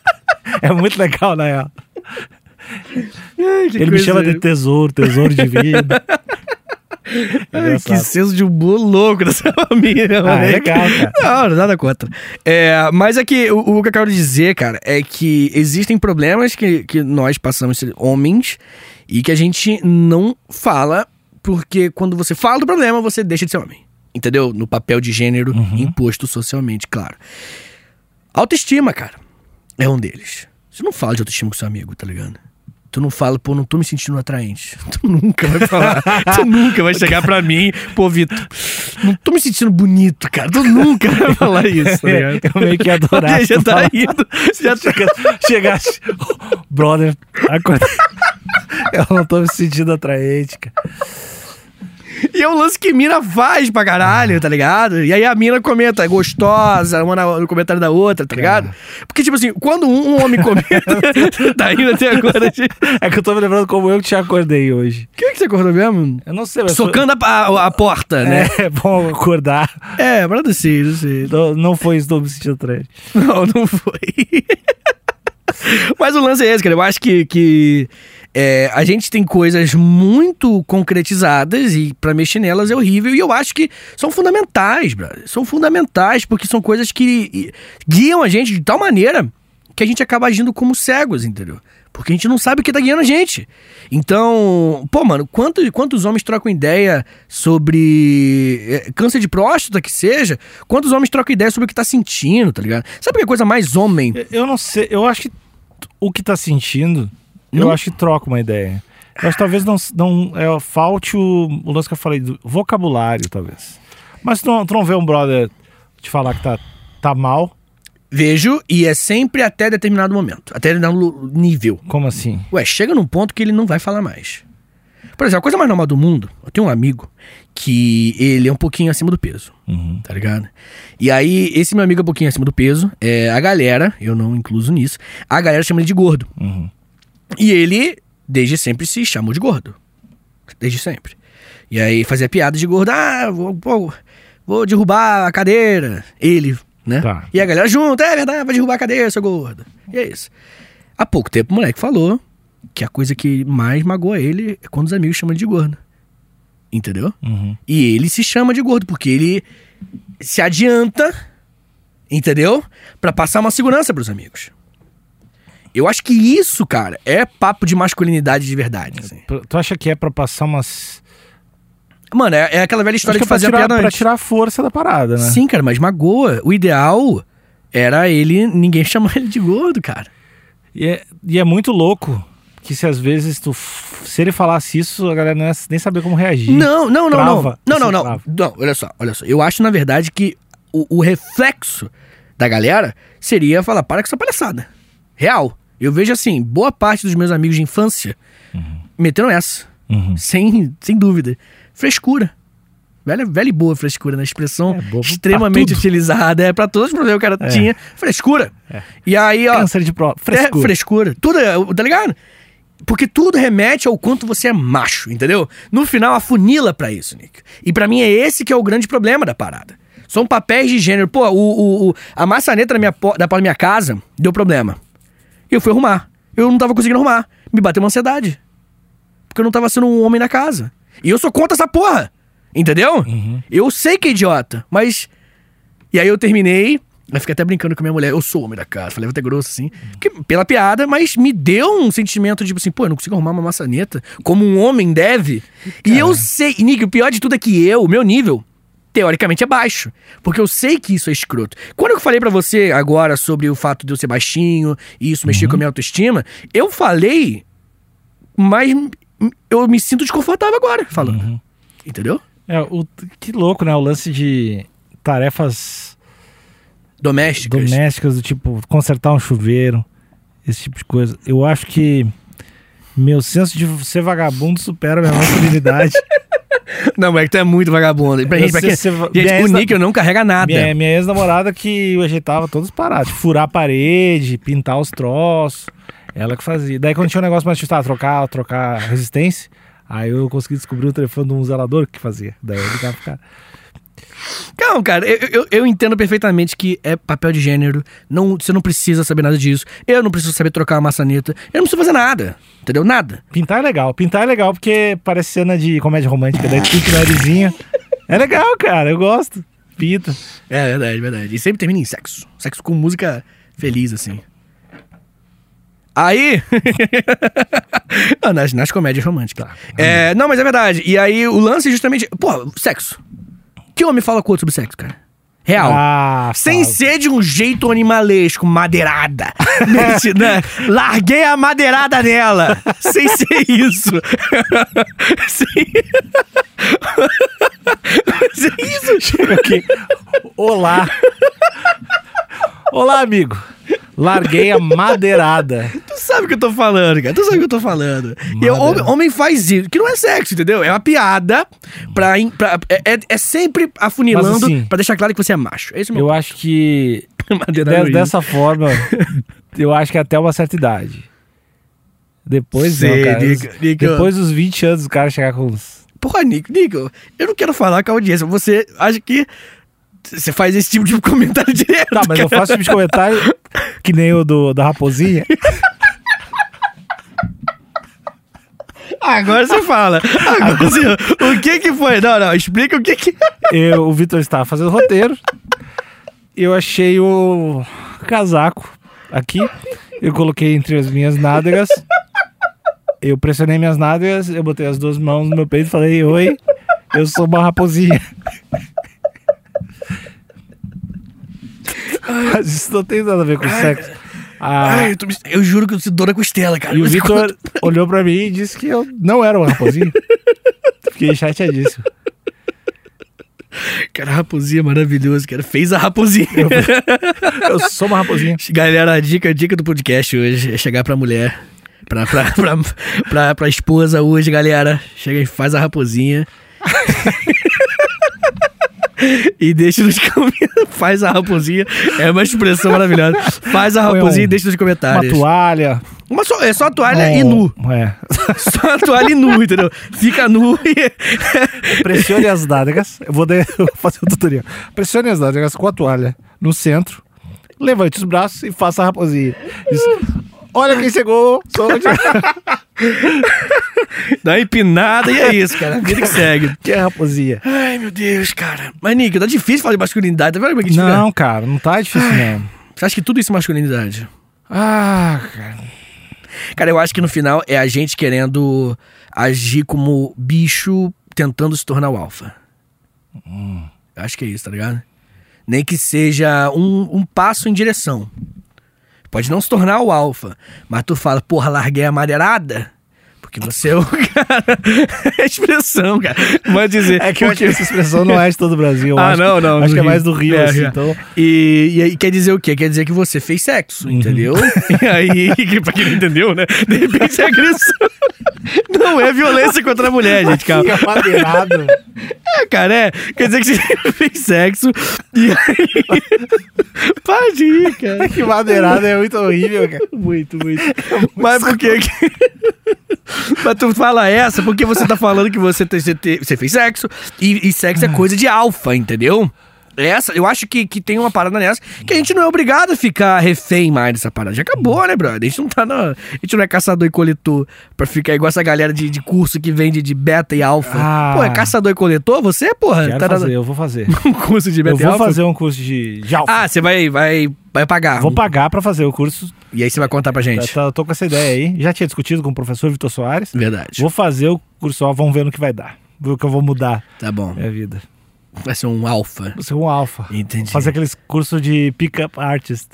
É muito legal, na real.
Ai, que
Ele me
coisa-
chama de tesouro, tesouro de vida. É
Ai, que
engraçado.
senso de humor louco dessa família,
Ah,
mano.
é legal, cara.
Não, nada contra. É, mas é que o, o que eu quero dizer, cara, é que existem problemas que, que nós passamos, ser homens, e que a gente não fala, porque quando você fala do problema, você deixa de ser homem. Entendeu? No papel de gênero imposto socialmente, claro. Autoestima, cara, é um deles. Você não fala de autoestima com seu amigo, tá ligado? Tu não fala, pô, não tô me sentindo atraente. Tu nunca vai falar. tu nunca vai chegar pra mim, pô, Vitor, não tô me sentindo bonito, cara. Tu nunca vai falar isso, tá ligado?
Eu meio que ia adorar
Porque já
tu
tá
falar.
indo. Já tá...
Chega- Chegaste. Brother, acorda. Eu não tô me sentindo atraente, cara.
E é um lance que mina faz pra caralho, tá ligado? E aí a mina comenta, é gostosa, uma na- no comentário da outra, tá ligado? Porque, tipo assim, quando um, um homem comenta, tá indo até agora. gente. O
É que eu tô me lembrando como eu te acordei hoje.
que é que você acordou mesmo?
Eu não sei, mas.
Socando a, a- a porta, né?
É, é bom acordar.
É, mas não sei, não sei.
Não, não foi isso, tô me sentindo atraente.
Não, não foi. Mas o lance é esse, cara. Eu acho que, que é, a gente tem coisas muito concretizadas e pra mexer nelas é horrível. E eu acho que são fundamentais, brother. São fundamentais porque são coisas que e, guiam a gente de tal maneira que a gente acaba agindo como cegos, entendeu? Porque a gente não sabe o que tá guiando a gente. Então, pô, mano, quantos, quantos homens trocam ideia sobre é, câncer de próstata que seja? Quantos homens trocam ideia sobre o que tá sentindo, tá ligado? Sabe que coisa mais homem?
Eu não sei, eu acho que o que tá sentindo, eu
Não.
acho que troca uma ideia. Eu acho que talvez não, não é, falte o, o lance que eu falei, do vocabulário, talvez. Mas tu não, tu não vê um brother te falar que tá, tá mal?
Vejo, e é sempre até determinado momento, até determinado lu- nível.
Como assim?
Ué, chega num ponto que ele não vai falar mais. Por exemplo, a coisa mais normal do mundo, eu tenho um amigo que ele é um pouquinho acima do peso,
Uhum,
tá ligado? E aí, esse meu amigo é um pouquinho acima do peso, é, a galera, eu não incluso nisso, a galera chama ele de gordo.
uhum,
E ele, desde sempre, se chamou de gordo. Desde sempre. E aí fazia piada de gordo, ah, vou, pô, vou derrubar a cadeira. Ele, né?
Tá.
E a galera junta, é verdade, vai derrubar a cadeia, seu gordo. E é isso. Há pouco tempo o moleque falou que a coisa que mais magoa ele é quando os amigos chamam ele de gordo. Entendeu?
Uhum.
E ele se chama de gordo, porque ele se adianta, entendeu? Pra passar uma segurança pros amigos. Eu acho que isso, cara, é papo de masculinidade de verdade. assim.
Pra- Tu acha que é pra passar umas.
Mano, é, é aquela velha
Acho
história
que
de
é pra
fazer a
tirar,
piada
pra
antes.
tirar a força da parada, né?
Sim, cara, mas magoa. O ideal era ele, ninguém chamar ele de gordo, cara.
E é, e é muito louco que se às vezes tu. f- Se ele falasse isso, a galera não ia nem saber como reagir.
Não, não, não,
Trava.
não. Não,
Isso
não, não.
trava.
Não, olha só, olha só. Eu acho, na verdade, que o, o reflexo da galera seria falar, para com essa palhaçada. Real. Eu vejo assim, boa parte dos meus amigos de infância meteram essa.
Uhum.
Sem, sem dúvida. Frescura. Velha, velha e boa frescura, na expressão
É, boa pra
extremamente
tudo.
utilizada. É pra todos os problemas que o cara tinha. Frescura.
É.
E aí, ó.
Câncer de prova. Frescura.
Ah, É, frescura. Tudo, é- tá ligado? Porque tudo remete ao quanto você é macho, entendeu? No final, afunila pra isso, Nick. E pra mim é esse que é o grande problema da parada. São papéis de gênero. Pô, o, o- o- a maçaneta da minha, po- da porta da minha casa deu problema. E eu fui arrumar. Eu não tava conseguindo arrumar. Me bateu uma ansiedade. Porque eu não tava sendo um homem na casa. E eu sou contra essa porra. Entendeu? Eu sei que é idiota, mas e aí eu terminei, eu fiquei até brincando com a minha mulher, eu sou o homem da casa, falei até grosso assim, que, pela piada, mas me deu um sentimento de tipo assim, pô, eu não consigo arrumar uma maçaneta como um homem deve. E eu sei, e, Nick, o pior de tudo é que eu, o meu nível, teoricamente é baixo, porque eu sei que isso é escroto. Quando eu falei pra você agora sobre o fato de eu ser baixinho e isso
Uhum.
mexer com a minha autoestima, eu falei, mas m- eu me sinto desconfortável agora falando.
Uhum.
Entendeu?
É, o, que louco, né? O lance de tarefas
Domésticas.
domésticas, do tipo consertar um chuveiro, esse tipo de coisa. Eu acho que meu senso de ser vagabundo supera a minha masculinidade.
Não, moleque, tu é muito vagabundo. Pra
Eu
gente, pra
sei
quem...
se você va-
gente,
minha
tipo o
ex-
Níquel não carrega nada.
minha minha ex-namorada que eu ajeitava todos os parados, furar a parede, pintar os troços. Ela que fazia. Daí quando tinha um negócio mais difícil, tá, trocar, trocar resistência, aí eu consegui descobrir o telefone de um zelador que fazia. Daí eu ligava pro cara.
Não, cara, eu, eu, eu entendo perfeitamente que é papel de gênero. Não, você não precisa saber nada disso. Eu não preciso saber trocar uma maçaneta. Eu não preciso fazer nada. Entendeu? Nada.
Pintar é legal. Pintar é legal porque parece cena de comédia romântica, daí tu pinta o narizinho. É legal, cara, eu gosto. Pinta.
É verdade, verdade. E sempre termina em sexo. Sexo com música feliz, assim. Aí. Ah, nas, nas comédias românticas. É, não, mas é verdade. E aí o lance é justamente. Pô, sexo. Que homem fala com o outro sobre sexo, cara? Real.
Ah,
Sem
fala.
ser de um jeito animalesco, madeirada. Meti- né? Larguei a madeirada nela. sem ser isso. sem... sem isso.
Ok. Olá. Olá, amigo. Larguei a madeirada.
Tu sabe o que eu tô falando, cara. Tu sabe o que eu tô falando. E o homem, homem faz isso, que não é sexo, entendeu? É uma piada pra. in- pra- é, é- é sempre afunilando
Mas, assim,
pra deixar claro que você é macho. É isso mesmo.
Eu acho que
Madeirada
de-
Luiz.
dessa forma, eu acho que é até uma certa idade. Depois não,
Sei,
cara.
Nico,
Os-
Nico.
Depois dos 20 anos, o cara chegar com uns.
Porra, Nico, Nico, eu não quero falar com a audiência. Você acha que você faz esse tipo de comentário direto?
Tá, mas eu faço tipo de comentário que nem o do, da raposinha.
Agora você fala. Agora você... O que que foi? Não, não, explica o que que...
Eu, o Vitor estava fazendo roteiro. Eu achei o casaco aqui. Eu coloquei entre as minhas nádegas. Eu pressionei minhas nádegas, eu botei as duas mãos no meu peito e falei: Oi, eu sou uma raposinha. Mas isso não tem nada a ver com sexo. Ah,
Ai, eu, tô me- eu juro que eu sinto dor na costela, cara.
e o
Mas
Vitor
quando-
olhou pra mim e disse que eu não era uma raposinha. Fiquei chateadíssimo.
Cara, a raposinha é maravilhoso, cara. Fez a raposinha.
Eu sou uma raposinha.
Galera, a dica, a dica do podcast hoje é chegar pra mulher, pra, pra, pra, pra, pra esposa hoje, galera. Chega e faz a raposinha. e deixa nos comentários. Faz a raposinha. É uma expressão maravilhosa. Faz a
Põe
raposinha
um-
e deixa nos
Uma
comentários.
toalha.
Uma só, é só a toalha
um-
e nu.
É,
Só a toalha e nu, entendeu? Fica nu e.
um Pressione as nádegas. Eu vou, de- eu vou fazer o tutorial. Pressione as nádegas com a toalha no centro, levante os braços e faça a raposinha. Diz, Olha quem chegou! Sou eu."
Dá uma empinada e é isso, cara. Vida que segue.
que é a raposinha?
Ai, meu Deus, cara. Mas, Nick, tá difícil falar de masculinidade. Tá vendo como é que a gente
Não, cara, não tá difícil não.
fica? Você acha que tudo isso é masculinidade?
Ah, cara.
Cara, eu acho que no final é a gente querendo agir como bicho tentando se tornar o alfa. Eu acho que é isso, tá ligado? Nem que seja um, um passo em direção. Pode não se tornar o alfa, mas tu fala, porra, larguei a madeirada. Porque você é o cara. É expressão, cara. Pode dizer.
É que eu acho que essa expressão não é de todo o Brasil. eu
Ah,
acho
não,
que,
não.
Acho
do
que é
Rio.
mais do Rio,
É,
assim,
é.
então.
E, e aí quer dizer o quê? Quer dizer que você fez sexo, entendeu? Uhum. E aí, que, pra quem não entendeu, né? De repente é agressão. Não é violência contra a mulher, gente, calma.
Fica madeirado.
É, cara, é. Quer dizer que você fez sexo e aí. Para de rir, cara.
que madeirado é muito horrível, cara. Muito, muito.
Mas por que. que- Mas tu fala essa porque você tá falando que você, te- você, te- você fez sexo e, e sexo é
Hum.
coisa de alfa, entendeu? Essa, eu acho que, que tem uma parada nessa que a gente não é obrigado a ficar refém mais dessa parada. Já
Hum.
acabou, né, brother? A gente não tá na. A gente não é caçador e coletor pra ficar igual essa galera de, de curso que vende de beta e alfa.
Ah.
Pô, é caçador e coletor? Você, porra?
Quero
tá na-
fazer, eu vou fazer.
um curso de
Eu
beta e
vou
alfa?
fazer um curso de, de alfa.
Ah, você vai, vai, vai pagar.
Vou pagar pra fazer o curso.
E aí você vai contar pra
Tá,
gente.
tá- tô com essa ideia aí. Já tinha discutido com o professor Vitor Soares.
Verdade.
Vou fazer o curso, ó, vamos ver no que vai dar. Ver o que eu vou mudar
Tá bom.
minha vida.
Vai ser um alfa.
Vou ser um alfa.
Entendi.
Fazer aqueles cursos de pick-up artist.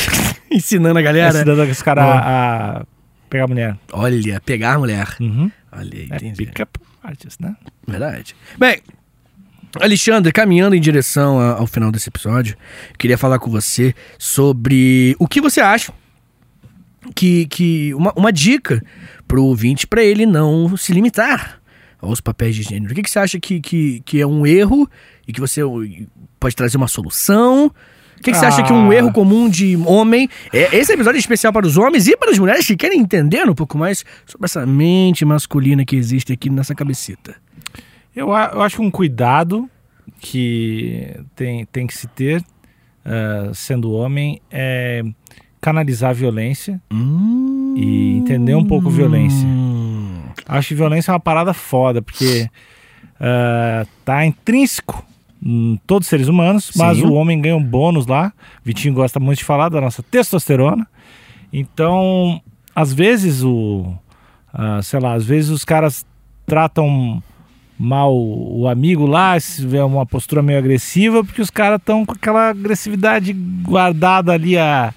Ensinando a galera.
Ensinando os caras
É, né? Boa.
a, a pegar mulher.
Olha, pegar a mulher.
Uhum.
Olha,
É
entendi.
pick-up artist, né?
Verdade. Bem, Alexandre, caminhando em direção a- ao final desse episódio, queria falar com você sobre o que você acha que, que uma, uma dica pro ouvinte pra ele não se limitar aos papéis de gênero. O que, que você acha que, que, que é um erro e que você uh, pode trazer uma solução? O que, que você acha que é um
Ah.
erro comum de homem? É, esse episódio é especial para os homens e para as mulheres que querem entender um pouco mais sobre essa mente masculina que existe aqui nessa cabecita.
Eu, a- eu acho um cuidado que tem, tem que se ter, ah, sendo homem, é canalizar a violência. E entender um pouco violência.
Hum.
Acho que violência é uma parada foda, porque ah, tá intrínseco em todos os seres humanos, mas
Sim.
o homem ganha um bônus lá. Vitinho gosta muito de falar da nossa testosterona. Então, às vezes o. ah, sei lá, às vezes os caras tratam mal o amigo lá, se tiver uma postura meio agressiva, porque os caras estão com aquela agressividade guardada ali a,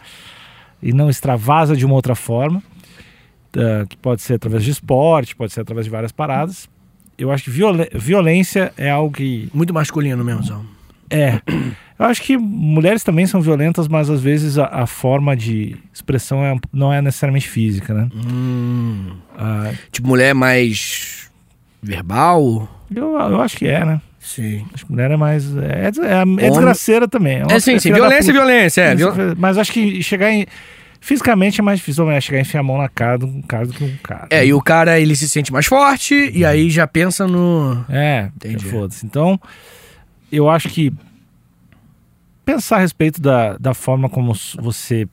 e não extravasa de uma outra forma, ah, que pode ser através de esporte, pode ser através de várias paradas. Eu acho que violen- violência é algo que
Muito masculino mesmo, Zão.
é. Eu acho que mulheres também são violentas, mas às vezes a, a forma de expressão é- não é necessariamente física, né? Ah,
Tipo, mulher mais verbal?
eu, eu acho que é, né?
Sim.
Acho que mulher é mais. É, é- é
Homem-
desgraceira também.
É, sim, sim. Violência, é violência, é. Viol...
Mas acho que chegar em. Fisicamente é mais difícil, homem, é chegar e enfiar a mão na cara de um cara do que um cara.
É, e o cara, ele se sente mais forte e aí já pensa no...
É,
Entendi.
foda-se. Então, eu acho que pensar a respeito da, da forma como s- você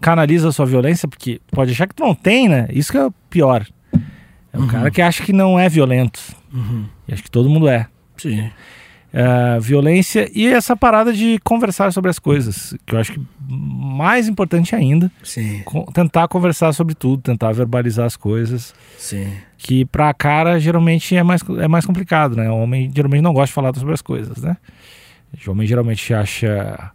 canaliza a sua violência, porque pode achar que tu não tem, né? Isso que é o pior. É o cara que acha que não é violento. E acho que todo mundo é.
Sim.
É, violência e essa parada de conversar sobre as coisas, que eu acho que mais importante ainda,
Sim,
con- tentar conversar sobre tudo, tentar verbalizar as coisas
sim.
que pra cara geralmente é mais, é mais complicado, né? O homem geralmente não gosta de falar sobre as coisas, né? O homem geralmente acha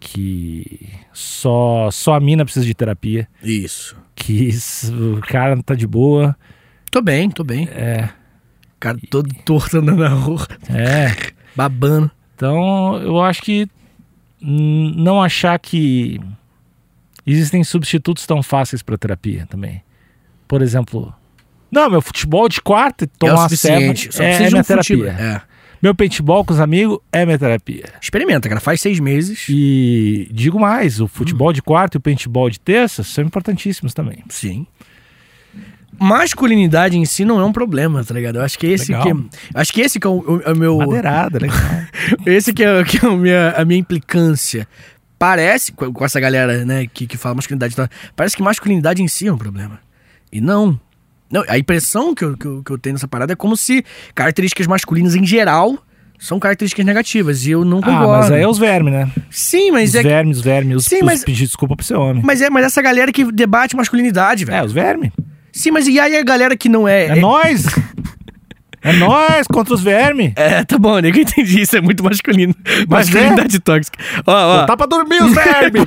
que só, só a mina precisa de terapia,
Isso.
que isso- o cara tá de boa.
Tô bem, tô bem.
É,
Cara todo torto andando na rua,
é.
babando.
Então eu acho que hum, não achar que existem substitutos tão fáceis pra terapia também. Por exemplo, não, meu futebol de quarta e
é o
tomar uma ceva
suficiente. Só
é,
precisa
é
de
minha
um futebol.
terapia.
É.
Meu paintball com os amigos é minha terapia.
Experimenta, cara. Faz seis meses.
E digo mais, o
Hum.
futebol de quarta e o paintball de terça são importantíssimos também.
Sim. Masculinidade em si não é um problema, tá ligado? Eu acho que esse
Legal.
que... eu Acho que esse que é o, o- é o meu...
Madeirada, né? Ah, legal.
Esse que é, que é a, minha, a minha implicância parece, com com essa galera, né, que, que fala masculinidade, e tal, parece que masculinidade em si é um problema. E não. não a impressão que eu, que, eu, que eu tenho nessa parada é como se características masculinas em geral são características negativas. E eu não
Ah,
concordo.
mas aí é os vermes, né?
Sim,
Os
mas é.
vermes, os vermes, os,
Sim,
os
mas-
pedir desculpa pro seu homem.
Mas é, mas essa galera que debate masculinidade, velho.
É, os vermes.
Sim, mas e aí a galera que não é.
É, nós! é nós contra os vermes!
É, tá bom, nego, eu entendi. Isso é muito masculino.
Mas é?
Masculinidade tóxica. Ó, ó.
Tá pra dormir os vermes!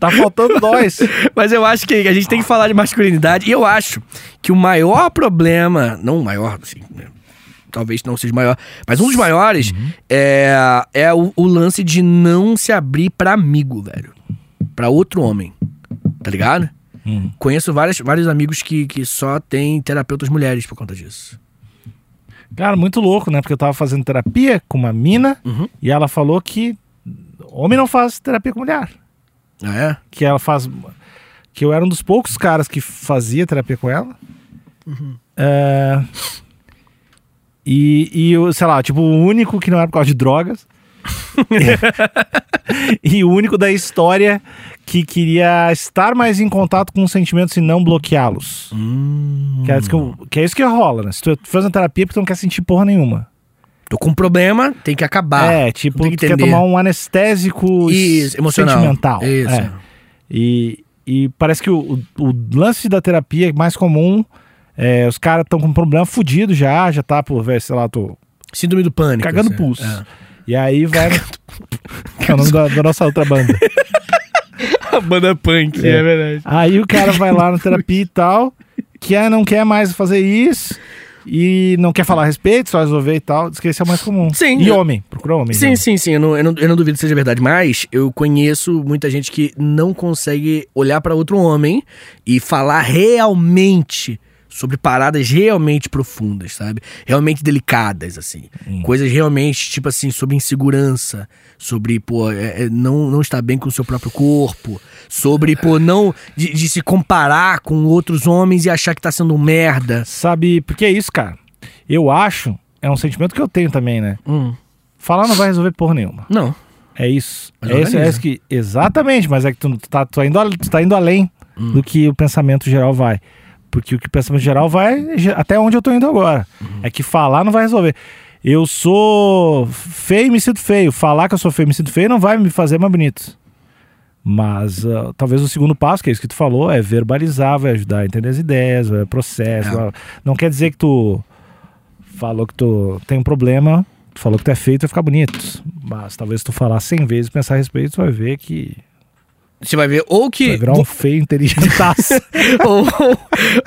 tá faltando nós.
Mas eu acho que a gente tem que falar de masculinidade. E eu acho que o maior problema. Não o maior, assim, né, talvez não seja o maior, mas um dos maiores
Uhum.
é, é o, o lance de não se abrir pra amigo, velho. Pra outro homem. Tá ligado?
Uhum.
Conheço várias, vários amigos que, que só tem terapeutas mulheres por conta disso.
Cara, muito louco, né? Porque eu tava fazendo terapia com uma mina
Uhum.
e ela falou que homem não faz terapia com mulher.
Ah, é?
Que ela faz. Que eu era um dos poucos caras que fazia terapia com ela.
Uhum.
É, E, e eu, sei lá, tipo, o único que não era por causa de drogas. e o único da história que queria estar mais em contato com os sentimentos e não bloqueá-los. Que, ela disse que,
Hum.
o- que é isso que rola, né? Se tu faz uma terapia é porque tu não quer sentir porra nenhuma.
Tô com um problema, tem que acabar.
é, tipo,
Tá. tem que
tu quer
entender.
tomar um anestésico
Isso, emocional.
sentimental.
Isso.
É. E, e parece que o, o- o lance da terapia mais comum é os caras estão com um problema fudido já, já tá, por, velho, sei lá, tô
Síndrome do pânico.
cagando
assim.
pulso.
É.
E aí vai. que é o nome da, da nossa outra banda.
A banda punk,
É.
verdade.
Aí o cara vai lá na terapia e tal, que ah, não quer mais fazer isso. E não quer falar a respeito, só resolver e tal. Diz que esse é o mais comum.
Sim.
E homem, procura homem.
Sim,
né?
sim, sim. Eu não, eu, não, eu não duvido que seja verdade. Mas eu conheço muita gente que não consegue olhar pra outro homem e falar realmente sobre paradas realmente profundas, sabe? Realmente delicadas, assim. Coisas realmente, tipo assim, sobre insegurança, sobre, pô, é, é, não, não estar bem com o seu próprio corpo, sobre, pô, não. De, de se comparar com outros homens e achar que tá sendo um merda.
Sabe, porque é isso, cara. Eu acho, é um sentimento que eu tenho também, né?
Hum.
Falar não vai resolver porra nenhuma.
Não.
É isso.
Mas
é isso, é
organiza.
isso que. Exatamente, mas é que tu, tu, tá, tu, tá indo, al- tu tá indo além
Hum.
do que o pensamento geral vai. Porque o que o pensamento geral vai é ge- até onde eu tô indo agora.
Uhum.
É que falar não vai resolver. Eu sou feio e me sinto feio. Falar que eu sou feio e me sinto feio não vai me fazer mais bonito. Mas ah, talvez o segundo passo, que é isso que tu falou, é verbalizar, vai ajudar a entender as ideias, vai processo.
É.
blá, blá. Não quer dizer que tu falou que tu tem um problema, tu falou que tu é feio, tu vai ficar bonito. Mas talvez tu falar 100 vezes, pensar a respeito, tu vai ver que
Você vai ver ou que.
vai virar um feio inteligentaço.
ou,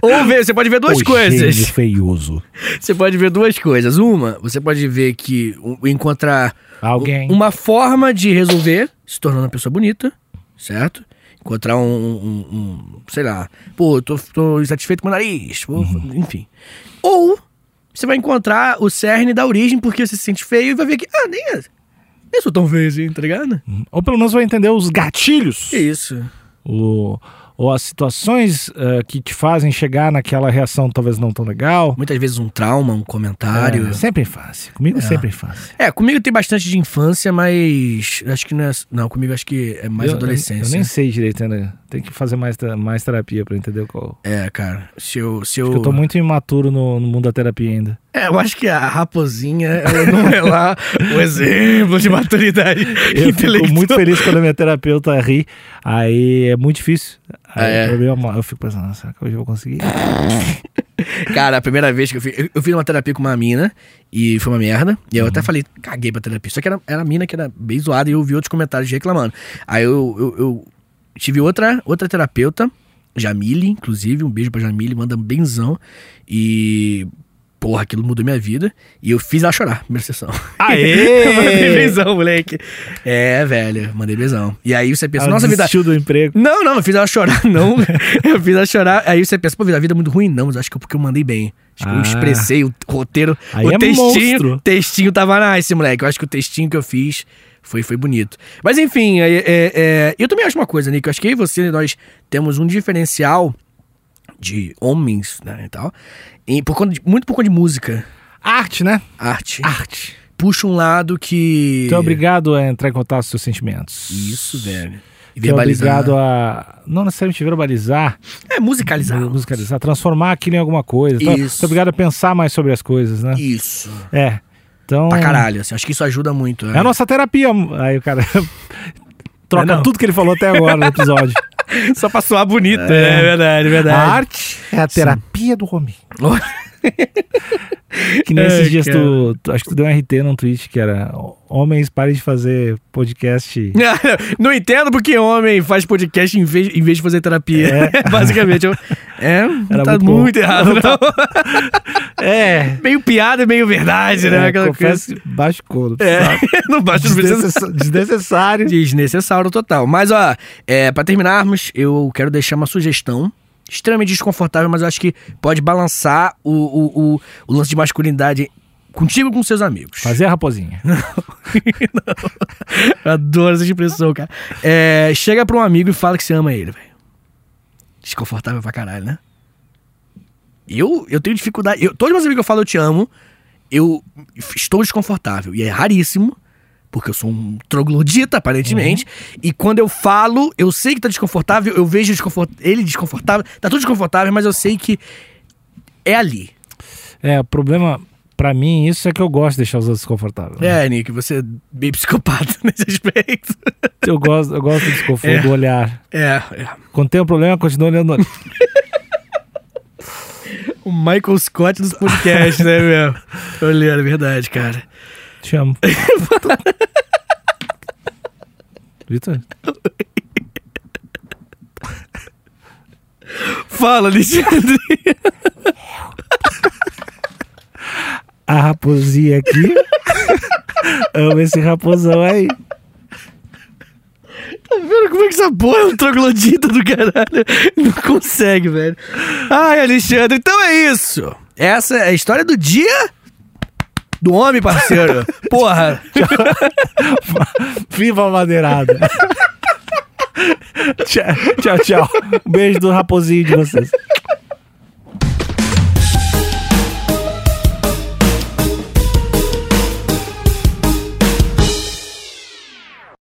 ou ver, você pode ver duas
Ô,
coisas.
gênio feioso.
Você pode ver duas coisas. Uma, você pode ver que um, encontrar
Alguém.
u- uma forma de resolver, se tornando uma pessoa bonita, certo? Encontrar um, um- um- sei lá, pô, eu tô, tô insatisfeito com o nariz, pô,
Uhum.
enfim. Ou você vai encontrar o cerne da origem porque você se sente feio e vai ver que, ah, nem, é- nem sou tão feio assim, tá ligado?
Ou pelo menos vai entender os gatilhos.
Que isso.
O, ou as situações eh, que te fazem chegar naquela reação talvez não tão legal.
Muitas vezes um trauma, um comentário.
É, sempre em fase. Comigo sempre em fase.
É, comigo tem bastante de infância, mas acho que não é. Não, comigo acho que é mais
Eu- Eu, eu
adolescência.
nem sei direito ainda. Tem que fazer mais, te- mais terapia pra entender qual.
É, cara. Se eu. Se eu...
Porque eu tô muito imaturo no, no mundo da terapia ainda.
É, eu acho que a raposinha ela não é lá o exemplo de maturidade
Eu
intelectual.
fico muito feliz quando a minha terapeuta ri. Aí é muito difícil. Aí
Ah, é?
o problema é maior. eu fico pensando, será que hoje eu vou conseguir?
Cara, a primeira vez que eu fiz. Eu, eu fiz uma terapia com uma mina e foi uma merda. E eu
Uhum.
até falei, caguei pra terapia. Só que era, era a mina que era bem zoada e eu vi outros comentários reclamando. Aí eu, eu, eu tive outra, outra terapeuta, Jamile, inclusive. Um beijo pra Jamile, manda um benzão. E. Porra, aquilo mudou minha vida. E eu fiz ela chorar, primeira sessão. Eu mandei
Aê!
benzão, moleque. É, velho, mandei benzão. E aí você pensa,
Ela
nossa vida.
desistiu do emprego.
Não, não, eu fiz ela chorar, não. eu fiz ela chorar. Aí você pensa, pô, vida, a vida é muito ruim, não, mas acho que é porque eu mandei bem. Acho que eu
Ah.
expressei o roteiro.
Aí
o
é
textinho.
monstro.
O textinho tava nice, moleque. Eu acho que o textinho que eu fiz foi, foi bonito. Mas enfim, é, é, é, eu também acho uma coisa, Nick. Eu acho que eu e você, nós temos um diferencial de homens, né, e tal. E por conta de- muito por conta de música,
Arte, né?
arte.
Arte.
puxa um lado que.
Tu é obrigado a entrar em contato com seus sentimentos.
Isso, velho. E
Tu é
verbalizar.
obrigado a. Não necessariamente verbalizar,
É, musicalizar.
musicalizar, transformar aquilo em alguma coisa. Tu-
Isso.
Tu é obrigado a pensar mais sobre as coisas, né?
Isso.
É. Então.
Pra caralho, assim, acho que isso ajuda muito. né?
É a nossa terapia. Aí o cara troca
Não é não?
tudo que ele falou até agora no episódio.
Só pra soar bonito.
É.
verdade,
a arte é a terapia do homem. Que nesses
Ai,
dias
cara.
tu, tu- Acho que tu deu um RT num tweet que era Homens, parem de fazer podcast.
Não entendo porque homem faz podcast em vez, em vez de fazer terapia. Basicamente. eu- É,
Era
tá
muito
muito,
bom.
errado, não.
É.
meio piada e meio verdade, né?
é
Aquela
confesso, que baixo couro.
coisa. É, não baixa os preços.
Desnecessa- Desnecessário.
Desnecessário total. Mas, ó, é, pra terminarmos, eu quero deixar uma sugestão. Extremamente desconfortável, mas eu acho que pode balançar o, o, o, o lance de masculinidade contigo e com seus amigos.
Fazer a raposinha.
Eu adoro essa expressão, cara. É, chega pra um amigo e fala que você ama ele, velho. Desconfortável pra caralho, né? Eu, eu tenho dificuldade. Eu, todos meus amigos que eu falo eu te amo, eu estou desconfortável. E é raríssimo, porque eu sou um troglodita, aparentemente. E quando eu falo, eu sei que tá desconfortável, eu vejo desconfort- ele desconfortável. Tá tudo desconfortável, mas eu sei que é ali.
É, o problema pra mim, isso é que eu gosto de deixar os outros desconfortáveis. né?
É, Nick, você é bem psicopata nesse aspecto.
Eu, gosto, eu gosto do desconforto,
É.
do olhar.
É, é.
Quando tem um problema, continua olhando.
O Michael Scott dos podcasts, né, meu? Olhando, é verdade, cara.
Te amo. Vitor?
Fala, Alexandre.
A raposinha aqui. Amo esse raposão aí.
Mano, como é que essa porra é um troglodita do caralho? Não consegue, velho. Ai, Alexandre, então é isso. Essa é a história do dia do homem, parceiro. Porra.
Viva a madeirada. tchau, tchau, tchau. Um beijo do raposinho de vocês.